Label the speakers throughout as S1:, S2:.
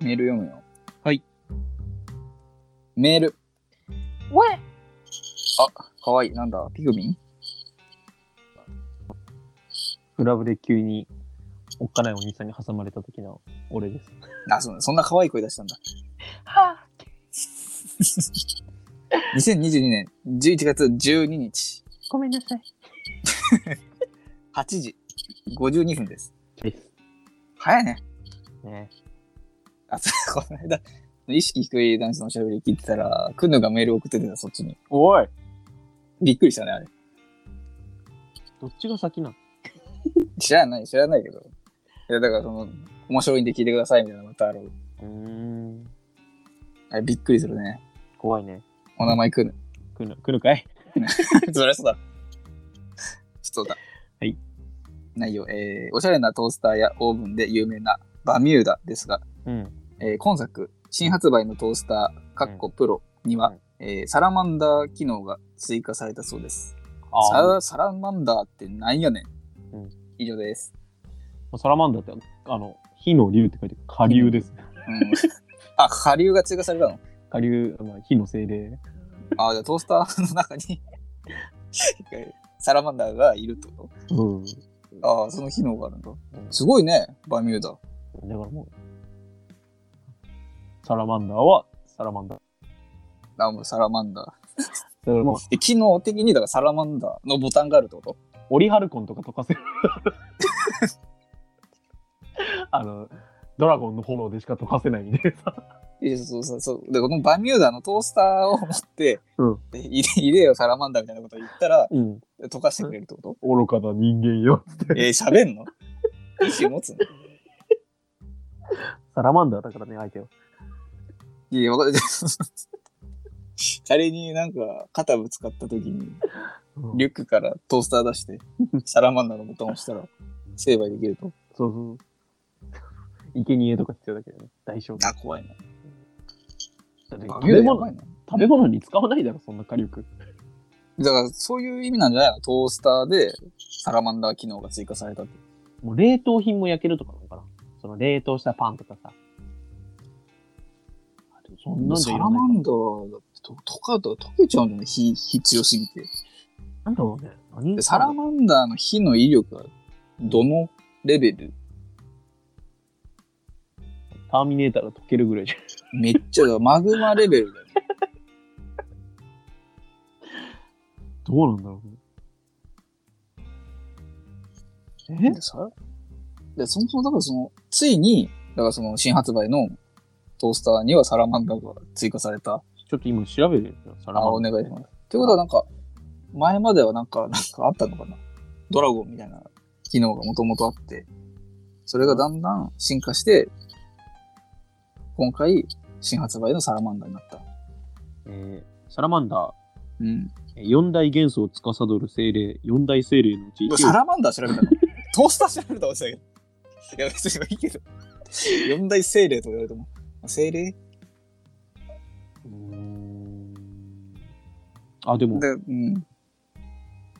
S1: メール読むよ。
S2: はい。
S1: メール。
S3: おい
S1: かわいい。なんだピグミン
S2: クラブで急におっかないお兄さんに挟まれた時の俺です。
S1: あ、そうそんな可愛い声出したんだ。
S3: はあ
S1: 2022年11月12日、
S3: ごめんなさい。
S1: 8時52分です。
S2: です。
S1: 早いね。
S2: ね。
S1: あ、そう、 この間、意識低い男子のおしゃべり聞いてたら、クヌがメール送っててた、そっちに。
S2: おい
S1: びっくりしたね、あれ。
S2: どっちが先なの
S1: 知らない、知らないけど。いや、だからその、面白いんで聞いてください、みたいなのまたある。
S2: うーん。
S1: あれ、びっくりするね。
S2: 怖いね。
S1: お名前クヌ。
S2: 来る、来るかい
S1: そりゃそうだ。そうだ。
S2: はい。
S1: 内容、えー、おしゃれなトースターやオーブンで有名なバミューダですが、
S2: うん。
S1: えー今作、新発売のトースター、カッコプロには、
S2: うん
S1: えーサラマンダー機能が追加されたそうです。サ
S2: ああ。
S1: ラサラマンダーってなんやねん。
S2: うん
S1: 以上です。
S2: サラマンダーって、あの、火の竜って書いて火竜です。
S1: うん、 あ、下流が追加されたの
S2: 火竜、まあ、火の精霊。
S1: あ、じゃあトースターの中に サラマンダーがいるってこ
S2: うん。
S1: とああ、その機能があるんだ。すごいね、バミューダ。
S2: だからもう、サラマンダーはサラマンダー。
S1: あ、もうサラマンダー。
S2: だからも
S1: も
S2: う、
S1: う機能的にだからサラマンダーのボタンがあるってこと
S2: オリハルコンとか溶か せる。あの、ドラゴンの炎でしか溶かせないみたいなさ。
S1: いやそうそうそうでこのバミューダのトースターを持って、
S2: うん
S1: で入れ入れよサラマンダーみたいなこと言ったら
S2: うん。
S1: 溶かしてくれるってこと
S2: 愚かな人間よ。
S1: えー、喋んの意思持つの
S2: サラマンダーだからね、相手は。
S1: いやわかんない 仮になんか肩ぶつかった時に
S2: うん
S1: リュックからトースター出してサラマンダーのボタンを押したら成敗できると
S2: そうそう。 生贄とか必要だけどね。大丈夫。だ
S1: あ怖いな
S2: って
S1: バ
S2: 食
S1: ミュ
S2: べ
S1: ーダやば
S2: 物
S1: いな
S2: 食べ物に使わないだろ、そんな火力。
S1: だからそういう意味なんじゃないのトースターでサラマンダー機能が追加されたって
S2: もう冷凍品も焼けるとかなのかな。その冷凍したパンとかさ。あでもそんなんじ
S1: サ
S2: ゃい
S1: ラ
S2: らない
S1: マンダーだってとかと溶けちゃうんじゃない火火強すぎて。
S2: なんだろうね。何
S1: でサラマンダーの火の威力はどのレベル
S2: ターミネーターが溶けるぐらいじゃん。
S1: めっち ゃ、マグマレベルだよね。
S2: どうなんだろうね。
S1: でさでそもそもだからその、ついに、だからその新発売のトースターにはサラマンダーが追加された。
S2: ちょっと今調べるよ。サラ
S1: あ、
S2: マ
S1: お
S2: ンダー。
S1: 願いします。ってことはなんか、前まではなんか、なんかあったのかなドラゴンみたいな機能がもともとあって、それがだんだん進化して、今回、新発売のサラマンダーになった。
S2: えーサラマンダ
S1: うん。
S2: ー、四大元素を司る精霊、四大精霊のうち
S1: サ
S2: 1
S1: ラマンダー調べたの トースター調べたわけだけど。いや、別にいいけど。四大精霊とか言われても。精霊
S2: うーんあ、でも、
S1: で、うん。
S2: う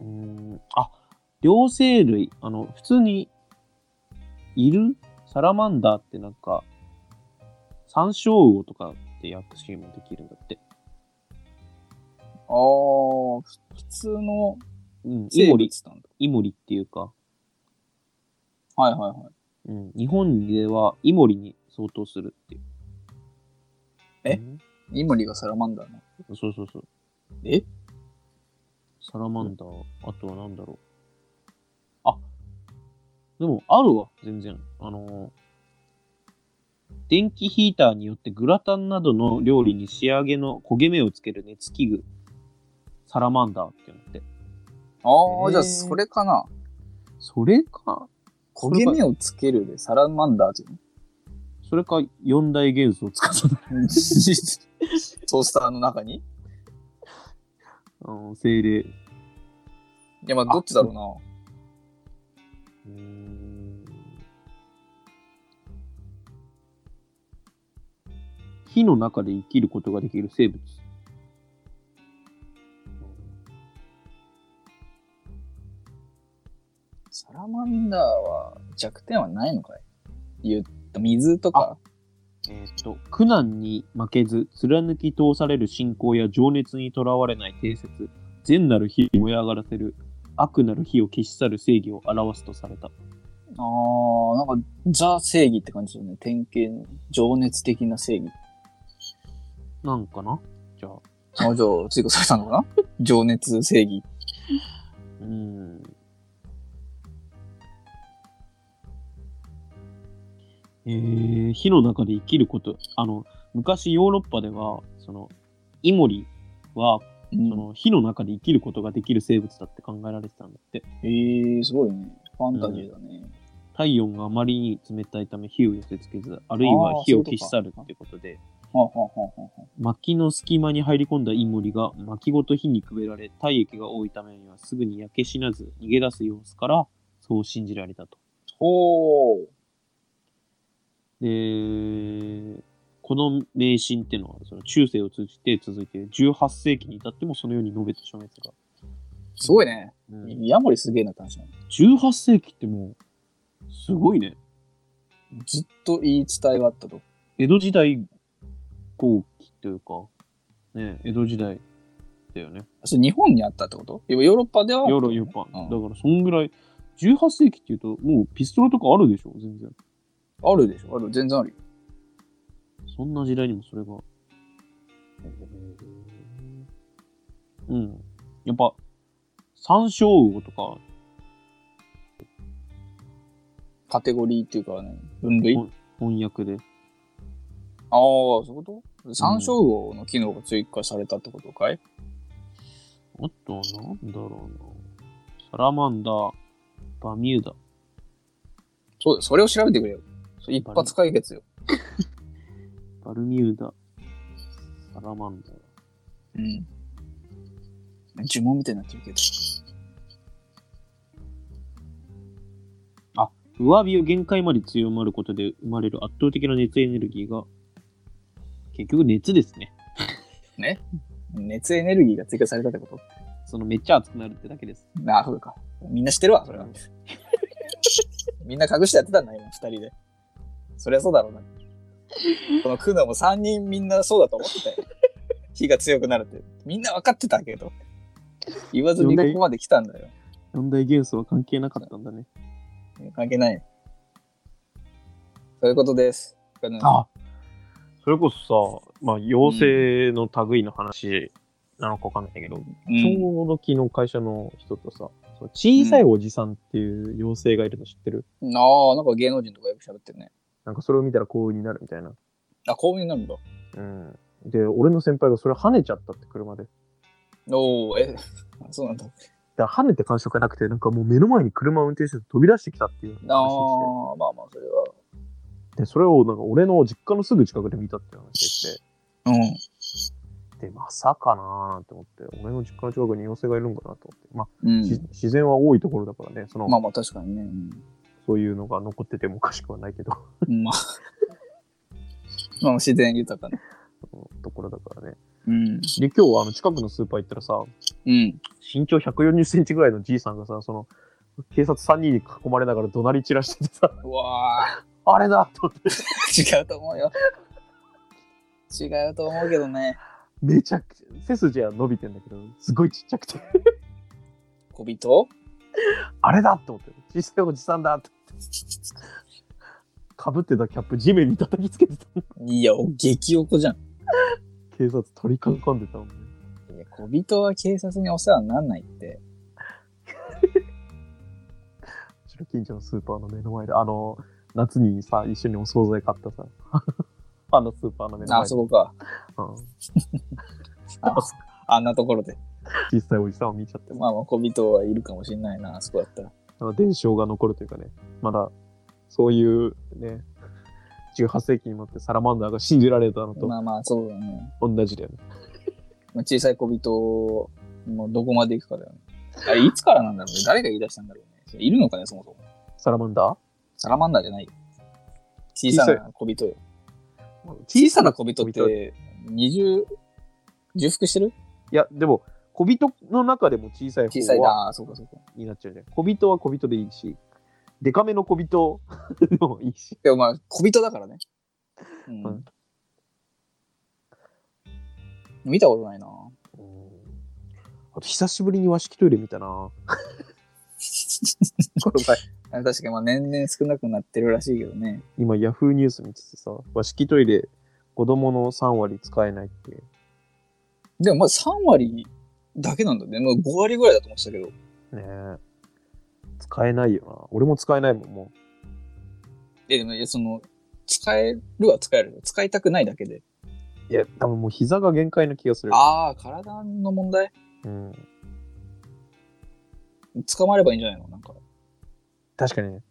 S2: ーんあ、両生類、あの、普通に、いるサラマンダーってなんか、山椒魚とかって訳しもできるんだって。
S1: ああ、普通の
S2: うん、イ
S1: 生
S2: モリ、
S1: 物なんだ。
S2: イモリっていうか、
S1: はいはいはい。
S2: うん、日本ではイモリに相当するっていう。
S1: え
S2: うん
S1: イモリがサラマンダーの。
S2: そうそうそう。
S1: え
S2: サラマンダー、あとは何だろう。あ、でもあるわ、全然。あのー電気ヒーターによってグラタンなどの料理に仕上げの焦げ目をつける熱器具、サラマンダーっていうのって。
S1: あ
S2: へー
S1: あ、じゃあそれかな。
S2: それか、
S1: 焦げ目をつけるでサラマンダーっていう の
S2: それか四大元素を使った、
S1: トースターの中にい
S2: あの精霊。
S1: や、まあどっちだろうな。
S2: うーん火の中で生きることができる生物。
S1: サラマンダーは弱点はないのかい言うと水とか
S2: えーっと、苦難に負けず、貫き通される信仰や情熱にとらわれない定説、善なる火を燃え上がらせる、悪なる火を消し去る正義を表すとされた。
S1: あー、なんか、ザ正義って感じだよね。典型の情熱的な正義。
S2: なんかなじゃあ、
S1: あ、じゃあ、追加されたのかな情熱正義。
S2: うーん。えー、火の中で生きること、あの、昔ヨーロッパでは、その、イモリは、
S1: う
S2: そ
S1: ん。
S2: の、火の中で生きることができる生物だって考えられてたんだって。
S1: えー、すごいね。ファンタジーだね。
S2: 体温があまりに冷たいため火を寄せつけず、あるいは火を消し去るってことで、
S1: はあはあはあはあ
S2: 薪の隙間に入り込んだイモリが薪ごと火にくべられ、体液が多いためにはすぐに焼け死なず逃げ出す様子から、そう信じられたと。
S1: おー。
S2: で、この迷信っていうのは、その中世を通じて続いて、18世紀に至ってもそのように述べた書物が。
S1: すごいね。
S2: うん、
S1: ヤモリすげえなって話だね。
S2: 18世紀ってもう、すごいね。
S1: ずっと言い伝えがあったと。
S2: 江戸時代後期というか、ね、江戸時代だよね。
S1: それ日本にあったってこといやヨーロッパでは。
S2: ヨーロヨーロッパ。
S1: うん
S2: だから、そんぐらい、18世紀っていうと、もうピストルとかあるでしょ、全然。
S1: あるでしょある、全然あるよ。
S2: そんな時代にもそれが。うん。やっぱ、山椒魚とか、
S1: カテゴリーっていうかね、分類。
S2: う
S1: あ
S2: ん翻訳で。
S1: あー、そういうこと山椒魚の機能が追加されたってことかい、
S2: あとはなんだろうな。サラマンダー、バミューダ。
S1: そうだよ。それを調べてくれよ。それ一発解決よ。
S2: バルミューダ。サラマンダー。
S1: うん。呪文みたいになってるけど。
S2: 上火を限界まで強まることで生まれる圧倒的な熱エネルギーが、結局熱ですね。
S1: 熱エネルギーが追加されたってこと
S2: そのめっちゃ熱くなるってだけです。
S1: なあ、そうか。みんな知ってるわ、 それは。みんな隠してやってたんだ、今、二人で。そりゃそうだろうな。この苦悩も三人みんなそうだと思ってたよ。火が強くなるって。みんな分かってたけど。言わずにここまで来たんだよ。
S2: 四大元素は関係なかったんだね。
S1: 関係ない。そういうことです。
S2: あそれこそさ、まあ、妖精の類の話なのかわかんないけど、
S1: う
S2: ち
S1: ん、
S2: ょうど昨日会社の人とさ、その小さいおじさんっていう妖精がいるの知ってる、
S1: ああ、なんか芸能人とかよく喋ってるね。
S2: なんかそれを見たら幸運になるみたいな。
S1: あ、幸運になるんだ。
S2: うん。で、俺の先輩がそれ跳ねちゃったって車で。
S1: おお、え、そうなんだ。
S2: だから跳ねて感触がなくて、なんかもう目の前に車を運転してて飛び出してきたっていう
S1: ああ
S2: 話を、
S1: まあまあ、それは。
S2: して。で、それをなんか俺の実家のすぐ近くで見たっていう話をして。
S1: うん。
S2: で、まさかなーって思って、俺の実家の近くに妖精がいるんかなと思って。まあ、
S1: うん
S2: し、自然は多いところだからね、その、
S1: まあまあ、確かにね。うん
S2: そういうのが残っててもおかしくはないけど、
S1: まあ、まあ自然豊かね。
S2: そのところだからね。
S1: うん。
S2: で、今日はあの近くのスーパー行ったらさ、
S1: うん。
S2: 身長140センチぐらいのじいさんがさ、その、警察3人に囲まれながら怒鳴り散らしててさ、
S1: うわあ、
S2: あれだと思って、
S1: 違うと思うよ。違うと思うけどね。
S2: めちゃくちゃ、背筋は伸びてんだけど、すごいちっちゃくて、
S1: 小人
S2: あれだと思って、小さいおじさんだと思って、被ってたキャップ地面に叩きつけてた。
S1: いや、お激おこじゃん。
S2: 警察取り囲んでたもんね。
S1: いや、小人は警察にお世話にならないって。
S2: うちの近所のスーパーの目の前で、あの、夏にさ、一緒にお惣菜買ったさ、 あのスーパーの目の前で。
S1: あ、そこか。
S2: うん
S1: ああんなところで。
S2: 小さいおじさんを見ちゃって、
S1: まあまあ、小人はいるかもしれないな、あそこだったら。
S2: あの伝承が残るというかね、まだそういうね、18世紀にもってサラマンダーが信じられたのと
S1: まあまあ、そうだね。
S2: 同じだよね。
S1: まあ小さい小人もどこまで行くかだよね。あれ、いつからなんだろうね。誰が言い出したんだろうねそれ。いるのかね、そもそも。
S2: サラマンダ
S1: サラマンダーじゃないよ。小さな小人よ。
S2: ー
S1: 小さな小人っ
S2: 小人
S1: て、二重、重複してる
S2: いや、でも、小人の中でも小さい
S1: 小さい
S2: 方は
S1: な。あーそうかそうか。
S2: になっちゃうね。小人は小人でいいし、デカめの小人 でもいいし。
S1: でもまあ、小人だからね。うん
S2: うん
S1: 見たことないな。
S2: うんあと、久しぶりに和式トイレ見た な。この前、
S1: 確かにまあ年々少なくなってるらしいけどね。
S2: 今、ヤフーニュース見ててさ、和式トイレ、子供の3割使えないって。
S1: でもまあ3割だけなんだね。まあ5割ぐらいだと思ってたけど。
S2: ねえ使えないよな。俺も使えないもん、も
S1: え、でもいや、その、使えるは使える。使いたくないだけで。
S2: う。いや、多分もう膝が限界な気がする。
S1: ああ、体の問題
S2: うん。
S1: 捕まればいいんじゃないのなんか、
S2: 確かにね。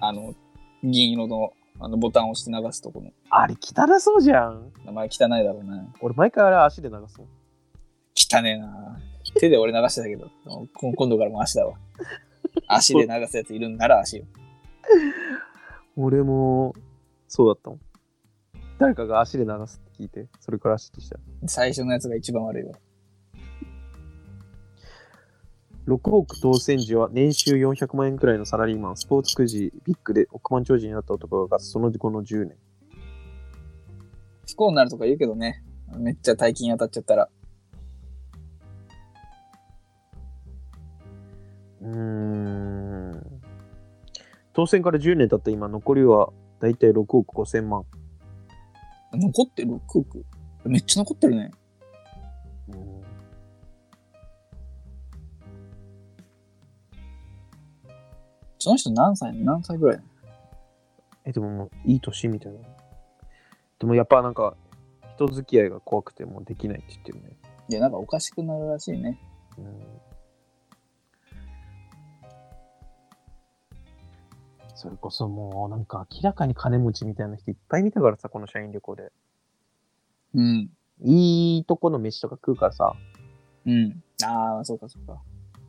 S1: あの、銀色のあのボタンを押して流すとこの。
S2: あれ、汚そうじゃん。
S1: 名前汚いだろうな。
S2: 俺、毎回あれ足で流すもん。
S1: 汚ねえな。手で俺流してたけど、こ今度からもう足だわ。足で流すやついるんなら足よ。
S2: 俺も、そうだったもん。誰かが足で流すって聞いて、それから足でした。
S1: 最初のやつが一番悪いわ。
S2: 6億当選時は年収400万円くらいのサラリーマン、スポーツくじ、ビッグで億万長者になった男がその後の10年。
S1: 不幸になるとか言うけどね。めっちゃ大金当たっちゃったら。
S2: うーん。当選から10年経った今、残りはだいたい6億5千万。
S1: 残ってる空気。めっちゃ残ってるね。その人何歳何歳ぐらい
S2: え、でももういい年みたいな。でもやっぱなんか、人付き合いが怖くてもうできないって言ってるね。
S1: いや、なんかおかしくなるらしいね。
S2: それこそもうなんか明らかに金持ちみたいな人いっぱい見たからさ、この社員旅行で。
S1: うん。
S2: いいとこの飯とか食うからさ、
S1: うん。ああ、そうかそうか。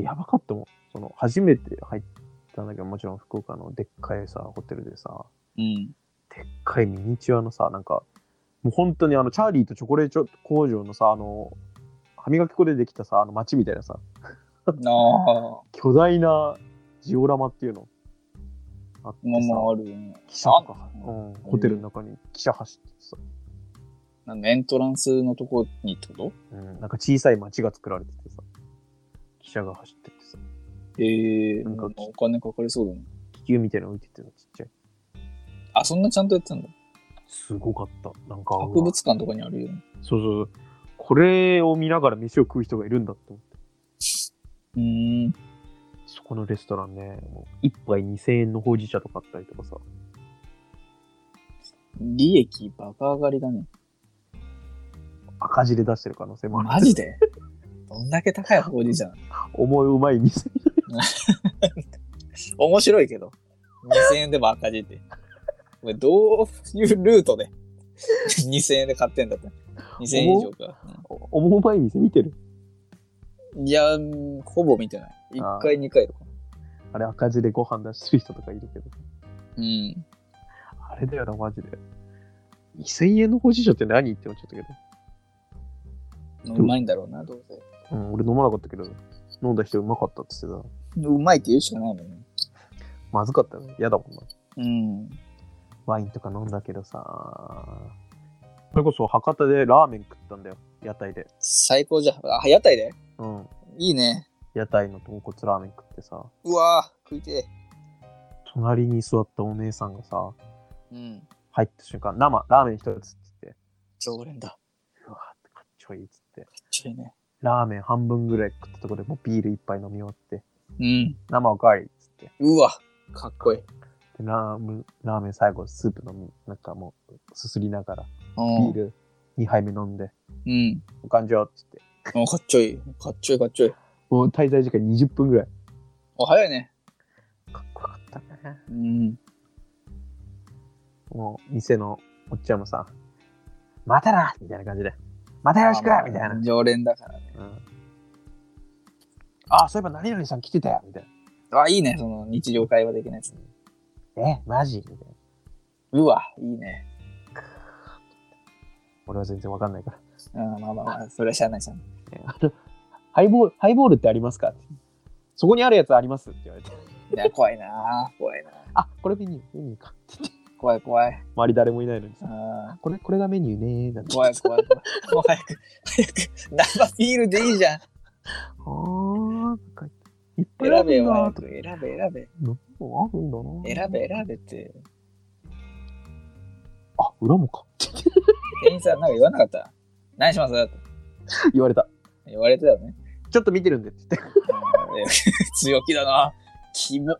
S2: やばかったもん。その初めて入ったんだけど、もちろん福岡のでっかいさ、ホテルでさ、
S1: うん。
S2: でっかいミニチュアのさ、なんか、もう本当にあの、チャーリーとチョコレート工場のさ、あの、歯磨き粉でできたさ、あの街みたいなさ、
S1: ああ、
S2: 巨大なジオラマっていうの。あって
S1: まあ
S2: さ
S1: まああるよね。
S2: 汽車とか
S1: あ、
S2: うん、ホテルの中に汽車走っててさ、
S1: なんかエントランスのとこにってこ
S2: うん、なんか小さい町が作られててさ、汽車が走っててさ、
S1: とええ
S2: なんか
S1: お金かかりそうだね。
S2: 気球みたいなの浮いててのちっちゃい。
S1: あ、そんなちゃんとやってたんだ。
S2: すごかった。なんか、
S1: 博
S2: うわ
S1: 物館とかにあるよね。
S2: そうそうそう。これを見ながら飯を食う人がいるんだって思って。
S1: うーん。
S2: そこのレストランね、もう一杯2000円のほうじ茶とかあったりとかさ、
S1: 利益バカ上がりだね。
S2: 赤字で出してる可能性もある。
S1: マジでどんだけ高いほうじ茶なの
S2: 思いうまい店。
S1: 面白いけど。2000円でも赤字って。お前どういうルートで 2000円で買ってんだって。2000円以上か。
S2: 思うまい店見てる。
S1: いやー、ほぼ見てない。
S2: あー
S1: 1回、2回とか。
S2: あれ赤字でご飯出してる人とかいるけど。
S1: うん。
S2: あれだよな、マジで。2000円のほうじ茶って何って思っちゃったけど。
S1: うまいんだろうな、どうせ。
S2: うん、俺飲まなかったけど、飲んだ人うまかったって言って
S1: うまいって言うしかないもんね。
S2: た。まずかったよね。嫌だもんな。
S1: うん。
S2: ワインとか飲んだけどさ。それこそ博多でラーメン食ったんだよ。屋台で。
S1: 最高じゃん。あ、屋台で
S2: うん。
S1: いいね。
S2: 屋台の豚骨ラーメン食ってさ。
S1: うわー、食いて
S2: 隣に座ったお姉さんがさ、
S1: え。うん。
S2: 入った瞬間、生、ラーメン一つって言って、
S1: 常連だ。
S2: うわーってかっちょいいっつって。
S1: めっちゃいいね。
S2: ラーメン半分ぐらい食ったとこでもうビール一杯飲み終わって、
S1: うん。
S2: 生おかわりっつって。
S1: うわ、かっこいい。
S2: でラーメン、ラーメン最後スープ飲み、なんかもう、すすりながら、
S1: う
S2: ビー
S1: ん。
S2: ル2杯目飲んで、
S1: うん。
S2: お勘定っつって。
S1: あかっちょいい。かっちょいいかっちょいい。
S2: もう滞在時間20分ぐらい。
S1: あ、早いね。
S2: かっこよかったね。
S1: うん。
S2: もう、店のおっちゃんもさ、またなみたいな感じで。またよろしくみたいな。うん
S1: 常連だからね。
S2: あ、そういえば何々さん来てたよみたい
S1: あ、いいね。その日常会話できないやつ。
S2: な。え、マジみたいな。
S1: うわ、いいね。
S2: 俺は全然わかんないから。
S1: うん、まあまあまあ、それはしゃあないしゃあない
S2: ねあのハイボール、ハイボールってありますかってそこにあるやつありますって言われて。
S1: いや。怖いな怖いな
S2: あ、これメニュー、メニューかって言って。
S1: 怖い怖い。
S2: 周り誰もいないのに
S1: う
S2: さ。
S1: ん
S2: これ、これがメニューねーなんて。
S1: 怖い怖い怖い。もう早く、早く、生ビールでいいじゃん。
S2: あー、とか言っていっぱいあ
S1: 選べ
S2: るん
S1: よ、
S2: だ
S1: 早
S2: ーと
S1: く。
S2: か。
S1: 選べ、選べ。
S2: もうあるんだなー。
S1: 選べ、選べって。
S2: あ、裏もか。
S1: 店員さんなんか言わなかった何しますって
S2: 言われた。
S1: 言われてたよね。
S2: ちょっと見てるんでって言って。
S1: うん強気だな。キモ。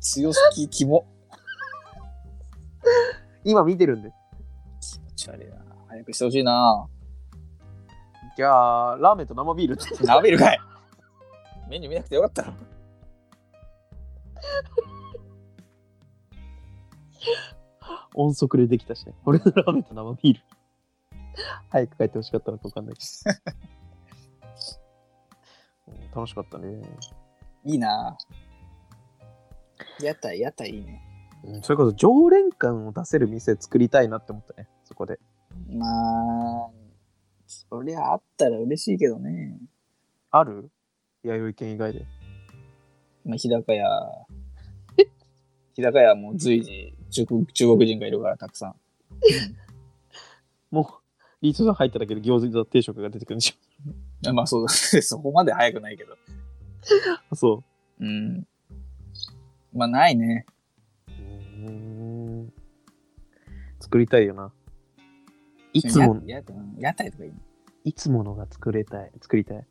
S1: 強すぎ、キモ。
S2: 今見てるんで。
S1: 気持ち悪いな。早くしてほしいな。
S2: じゃあ、ラーメンと生ビールって言って。
S1: ナビルかい。メニュー見なくてよかったろ。
S2: 音速でできたしね。俺のラーメンと生ビール。早く帰ってほしかったのか分かんないけ ど。うん楽しかったね。
S1: いいな。屋台、屋台いいね。
S2: うんそれこそ常連感を出せる店作りたいなって思ったね。そこで。
S1: まあ、そりゃあったら嬉しいけどね。
S2: ある弥生県以外で。
S1: まあ、日高屋。日高屋も随時中国中国人がいるからたくさん。
S2: もう、リートさん入っただけで餃子定食が出てくるんでし
S1: まあそうだ、 そこまで早くないけど。
S2: ょ。 そ
S1: うん。まあないね。
S2: う。うん。作りたいよな。いつも、
S1: やや屋台とかいいね。
S2: いつものが作れたい。作りたい。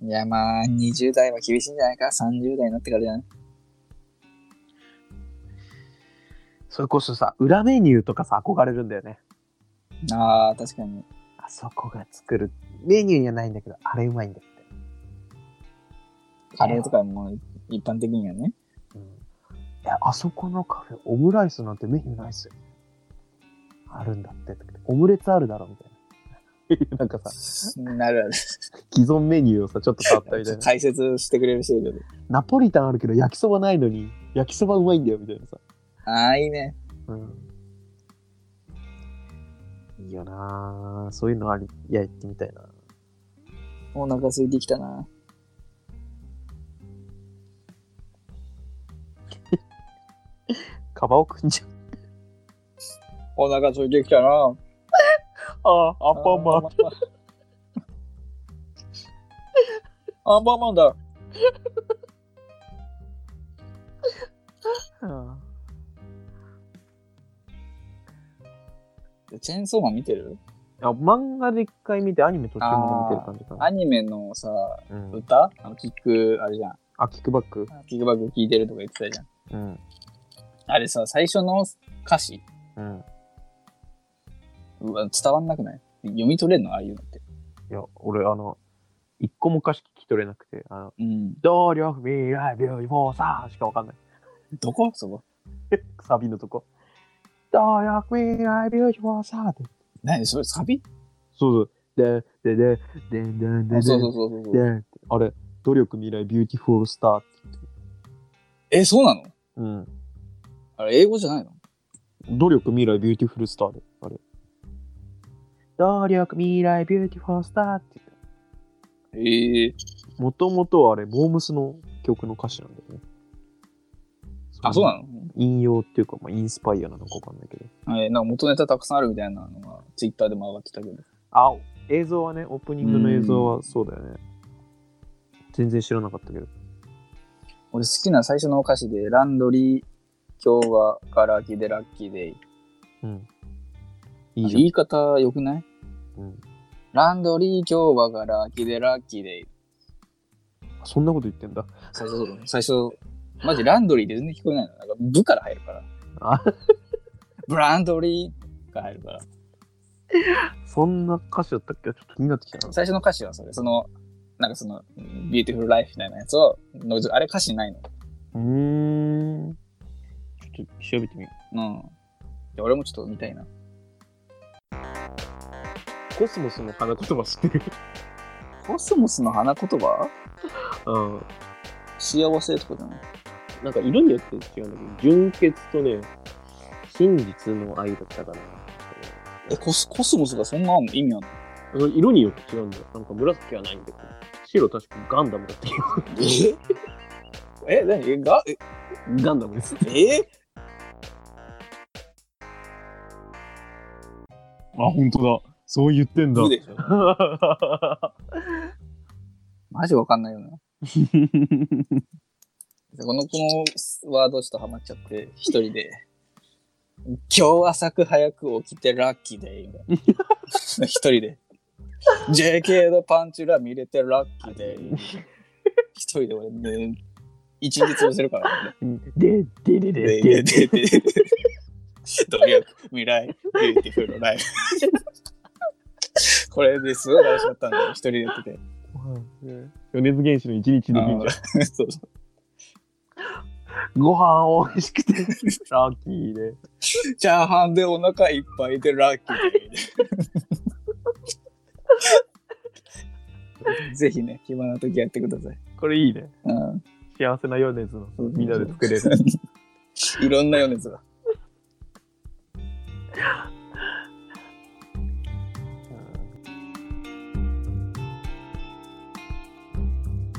S1: いやまあ20代は厳しいんじゃないか ?30 代になってからじゃない
S2: それこそさ、裏メニューとかさ、憧れるんだよね。
S1: ああ、確かに。
S2: あそこが作る。メニューにはないんだけど、あれうまいんだって。
S1: カレーとかも一般的にはね。
S2: うん、いや、あそこのカフェ、オムライスなんてメニューないっすよ。あるんだって。オムレツあるだろ、みたいな。なん かさ、
S1: なる
S2: 既存メニューをさ、ちょっと変わった
S1: あ
S2: みたい
S1: る。
S2: な。
S1: 解 説してくれる人いるよね
S2: ナポリタンあるけど、焼きそばないのに、焼きそばうまいんだよ、みたいなさ。
S1: ああ、いいね。
S2: うん。いいよなぁ。そういうのあり、いや、行ってみたいな
S1: お腹空いてきたな。
S2: カバオくんじゃん。
S1: お腹空いてきたな。
S2: ああ、アンパンマン。
S1: ン。 アンパンマンだ。
S2: うん
S1: チェーンソーマン見てる
S2: あ、漫画で一回見て、アニメ途中まで見てる感じかな。
S1: アニメのさ、
S2: うん、
S1: 歌あの、キック、あれじゃん。
S2: あ、キックバック
S1: キックバック聴いてるとか言ってたじゃん。
S2: うん。
S1: あれさ、最初の歌詞、
S2: うん。
S1: うわ伝わんなくない読み取れんのああいうのって。
S2: いや、俺、あの、一個も歌詞聞き取れなくて、あの、
S1: うん。
S2: 動力未来病院もさしかわかんない。
S1: どこそこ。
S2: サビのとこ。動力未来病院もさって。
S1: 何それサビ
S2: そうそう。で、で、で、で、で、で、
S1: あ
S2: で、
S1: そうそうそうそうそう。
S2: で、あれ、努力未来ビューティフォースターって。
S1: え、そうなの
S2: うん。
S1: あれ、英語じゃないの
S2: 努力未来ビューティフルスターで、あれ。努力未来ビューティフォースターって。
S1: ええ
S2: もともとあれ、モームスの曲の歌詞なんだよね。
S1: あ、そう
S2: の
S1: な
S2: 引用っていうか、まあ、インスパイアなのかわかんないけど。
S1: のえなんか元ネタたくさんあるみたいなのが、ツイッターでも上がってたけど。
S2: あ、映像はね、オープニングの映像はそうだよね。全然知らなかったけど。
S1: 俺好きな最初のお菓子で、ランドリー、今日はガラキでラッキーでいい。
S2: うん。いいじゃん
S1: 言。い方良くない
S2: うん
S1: ランドリー、今日はガラキでラッキーでいい。
S2: そんなこと言ってんだ。
S1: 最初そうだね、最初、マジランドリーで全然聞こえないの。なんか、部から入るから。
S2: あ、
S1: ブランドリーが入るから。
S2: そんな歌詞だったっけちょっと気になってきたな。
S1: 最初の歌詞はそれ、その、なんかその、ビューティフルライフみたいなやつを、のあれ歌詞ないの。
S2: うーん。ちょっと調べてみよ
S1: うん。いや俺もちょっと見たいな。
S2: う。コスモスの花言葉知ってる
S1: コスモスの花言葉
S2: うん。
S1: 幸せとかじゃない
S2: なんか色によって違うんだけど、純潔とね、真実の愛だったかな。
S1: え、コスコスモスがそんなあんの意味あんの
S2: その色によって違うんだよ。なんか紫はないんだけど、白確かガンダムだったけ
S1: ええ、何え、が、え
S2: ど、ガンダムです。
S1: え
S2: あ、本当だ。そう言ってんだ
S1: ブ。でしょ。マジわかんないよ な。でこの、このワードちょっとハマっちゃって、一人で、今日朝く早く起きてラッキーで、みたいな。 一人で、JK のパンチラ見れてラッキーで、一人で俺、ね、一日潰せるから、
S2: で、 で、
S1: ね。で、
S2: で、で、で、で、
S1: で、で、で、努力、未来、ビューティフルライ フ。これですごい楽しかったんだよ、一人でやってて。
S2: 米津玄師の一日で
S1: あ
S2: きんじゃん
S1: ーそう
S2: ご飯美味しくて、ラッキーで。
S1: チャーハンでお腹いっぱいでラッキーで。ぜひね、暇な時やってください。
S2: これいいね。
S1: うん、
S2: 幸せな米津の
S1: そう
S2: みんなで作れる。
S1: いろんな米津が。